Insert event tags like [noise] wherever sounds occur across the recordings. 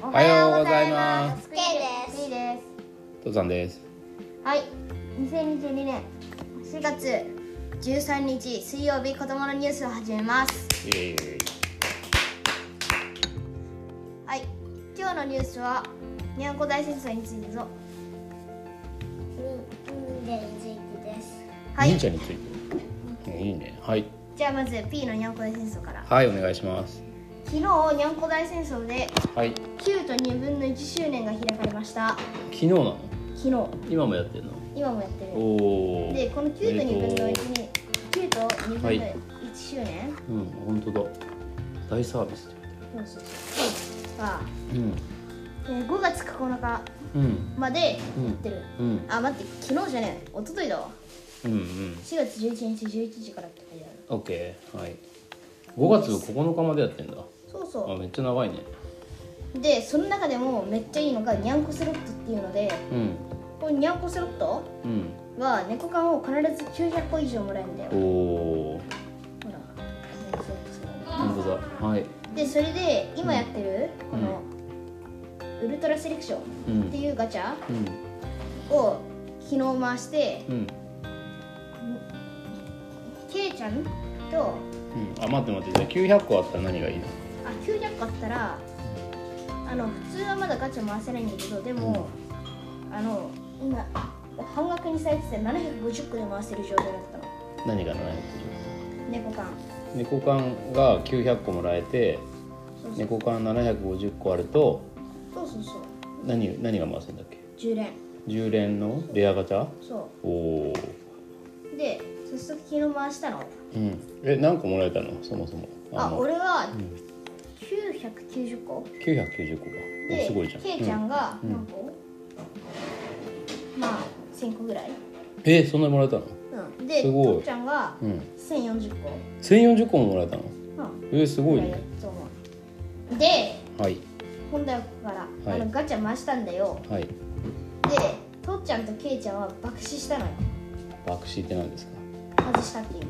ざいます K ですいいです父さんですはい2022年4月13日水曜日子供のニュースを始めますイエーイはい今日のニュースは日本古大戦争についてぞうんでについてですはい忍者についてねいいねはいじゃあまず P の日本古大戦争からはいお願いします昨日日本古大戦争ではい9と2分の1周年が開かれました昨日なの昨日今もやってんの今もやってるおおでこの9と2分の1に9と2分のは1い周年、うん本当だ大サービスそうそうそうが、うんえー5月9日うんまでやうんってる、うんあ待って昨日じゃねえ一昨日だわうんうん4月11日11時からって書いてあるオッケーはい5月9日までやってんだそうあそめっちゃ長いねうでその中でもめっちゃいいのがニャンコスロットっていうのでうんこのニャンコスロットうんは猫缶を必ず900個以上もらえるんだよほおおらニャンコスロットする本当だはいでそれで今やってるこの、ウルトラセレクションっうてんいうガチャうんを昨日回してうんケイちゃんとうん、あ待って待ってじゃあ900個あったら何がいいのあ900個あったらあの普通はまだガチャ回せないんだけどでも、あの今半額にされてて750個で回せる状態だったの何が700猫缶個猫缶が900個もらえてそうそう猫缶750個あるとそうそうそう何何が回すんだっけ10連10連のレアガチャそおおーうで早速昨日回したのうんえ何個もらえたのそもそもあの俺は990個990個かおですごいじゃんケイちゃうんんがうん何個、まあ1000個ぐらい、えそんなにもらえたのうん、ですごいとっちゃんがうん1040個、 1040個ももらえたのうんえすごいねと思うではい本題はここから、はいあのガチャ回したんだよはいでとっちゃんとけいちゃんは爆死したのよ爆死って何ですか外したってい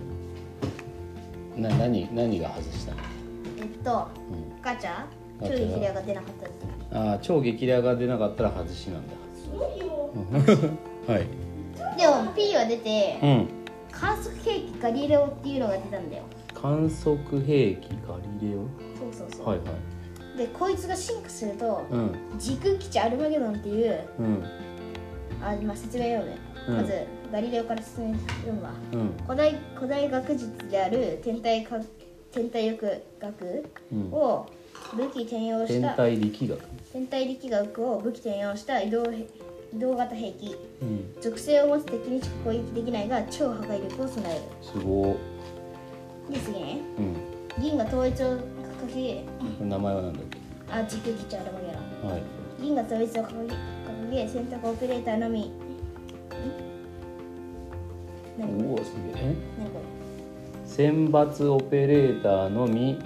うな何何が外したの、えっとうん、ガチャガ注チャ意ヒレが出なかったっていうあー超激レアが出なかったら外しなんだうん [laughs] はいでも P は出てうん観測兵器ガリレオっていうのが出たんだよ観測兵器ガリレそうそうそオう、はいはいでこいつが進化するとうん時空基地アルマゲドンっていううんあ今説明読むね、うんまずガリレオから説明読むわうん古代古代学術である天体か天体力学うんを武器転用し天た体力学天体力学を武器転用した移動へ移動型兵器うん属性を持つ敵にしか攻撃できないが超破壊力を備えすごーるで次ねうん銀が統一を掲げ名前は何だっけあ時空基地アルマゲラはい銀が統一を掲げ掲げ選択オペレーターのみん何こおれおすげえ何こ選抜オペレーターのみ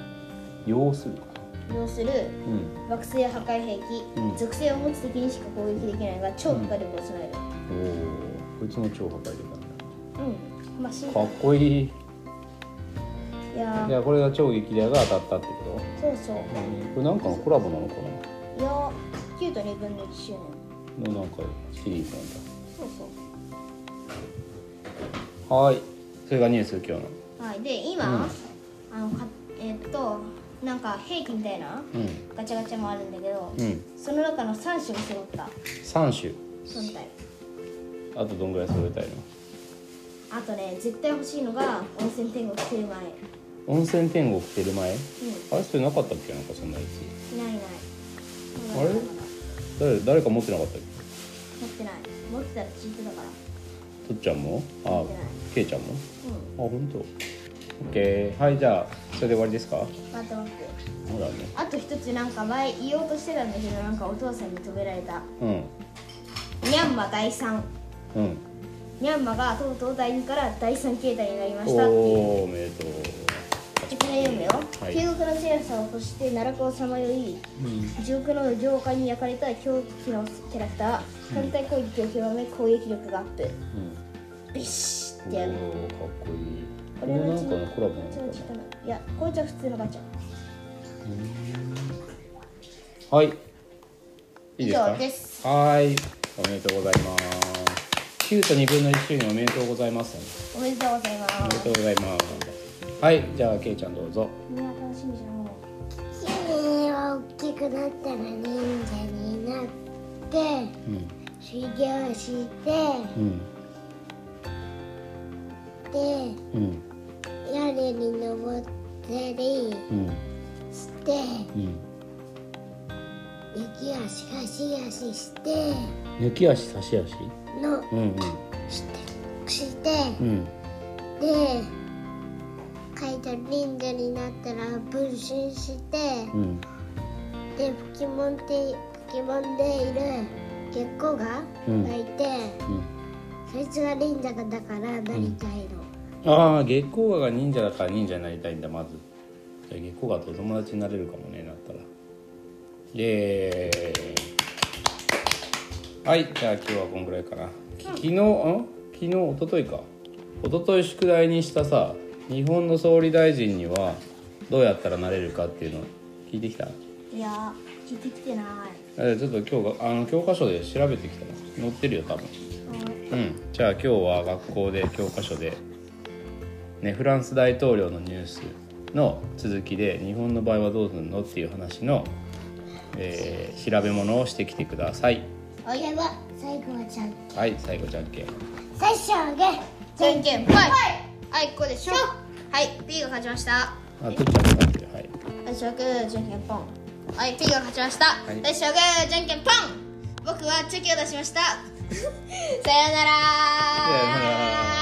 要するかれ要するうん惑星破壊兵器、うん属性を持つ敵にしか攻撃できないが超破壊力を備えるおおこいつも超破壊力なんだうん、まあ進か化っこいいいやじゃあこれが超激レアが当たったってこーそうそうとうんこれなんかのコラボなのかいやー9と2分の1周年なのなんかシリーズなんだそうそうはいそれがニュース今日のはいで今、あのかえーっとなんか兵器みたいなうんガチャガチャもあるんだけど、うんその中の3種が揃った3種本体あとどんぐらい揃えたいのあとね絶対欲しいのが温泉天国来る前温泉天国来る前うあれそれなかったっけなんかそんなやつんないないまだまあれだまだ誰誰か持ってなかったっ持ってない持ってたらチートだからけとっちゃんもあ持ってないけいちゃんもうんあ本当オッケーはいじゃあそれで終わりですかほ待って待ってらねあと一つなんか前言おうとしてたんだけどなんかお父さんに止められたうミャンマ第3んうんミャンマがとうとう第2から第3形態になりましたっていうおおおめでとう説明読むよ、はい旧国の強さを欲して奈落をさまよい地獄の浄化に焼かれた狂気のキャラクター本体攻撃を極め攻撃力がアップビシッうんてやるおーかっこいいここれれなはんかのコラボなのちょっとか近いないやこいつは普通のガチャなはいいいですか以上ですはーいおめでとうございます9と2分の1周年おめでとうございます、おめでとうございまおめですとうございますはいじゃあけいちゃんどうぞいや楽しみじゃんもシニは大きくなったら忍者になってうん修行してうんでうん屋根に登ったりうんしてうん雪足足足して抜き足差し足のうんしてしてうんうんで書いた忍者になったら分身してうんでポケモンってポケモンでいる月光がうんがいて、うんそいつが忍者だからなりたいの、ああ月光河が忍者だから忍者になりたいんだまずじゃあ月光河とお友達になれるかもねなったらイエーイはいじゃあ今日はこんぐらいかなき昨日ん昨日一昨日か一昨日宿題にしたさ日本の総理大臣にはどうやったらなれるかっていうの聞いてきたういや聞いてきてないえちょっと今日があの教科書で調べてきたの載ってるよ多分うんじゃあ今日は学校で教科書で、ね、フランス大統領のニュースの続きで日本の場合はどうするのっていう話の、えー調べ物をしてきてくださいおいでは最後はじゃんはい最後じゃんけん最初はグーじゃんけんぽいはいこうでしょはい P が勝ちましたあとっちゃんが勝ってるはい最初はグーじゃんけんぽんはい P が勝ちました、い最初はグーじゃんけんぽん僕はチョキを出しましたさよならさよなら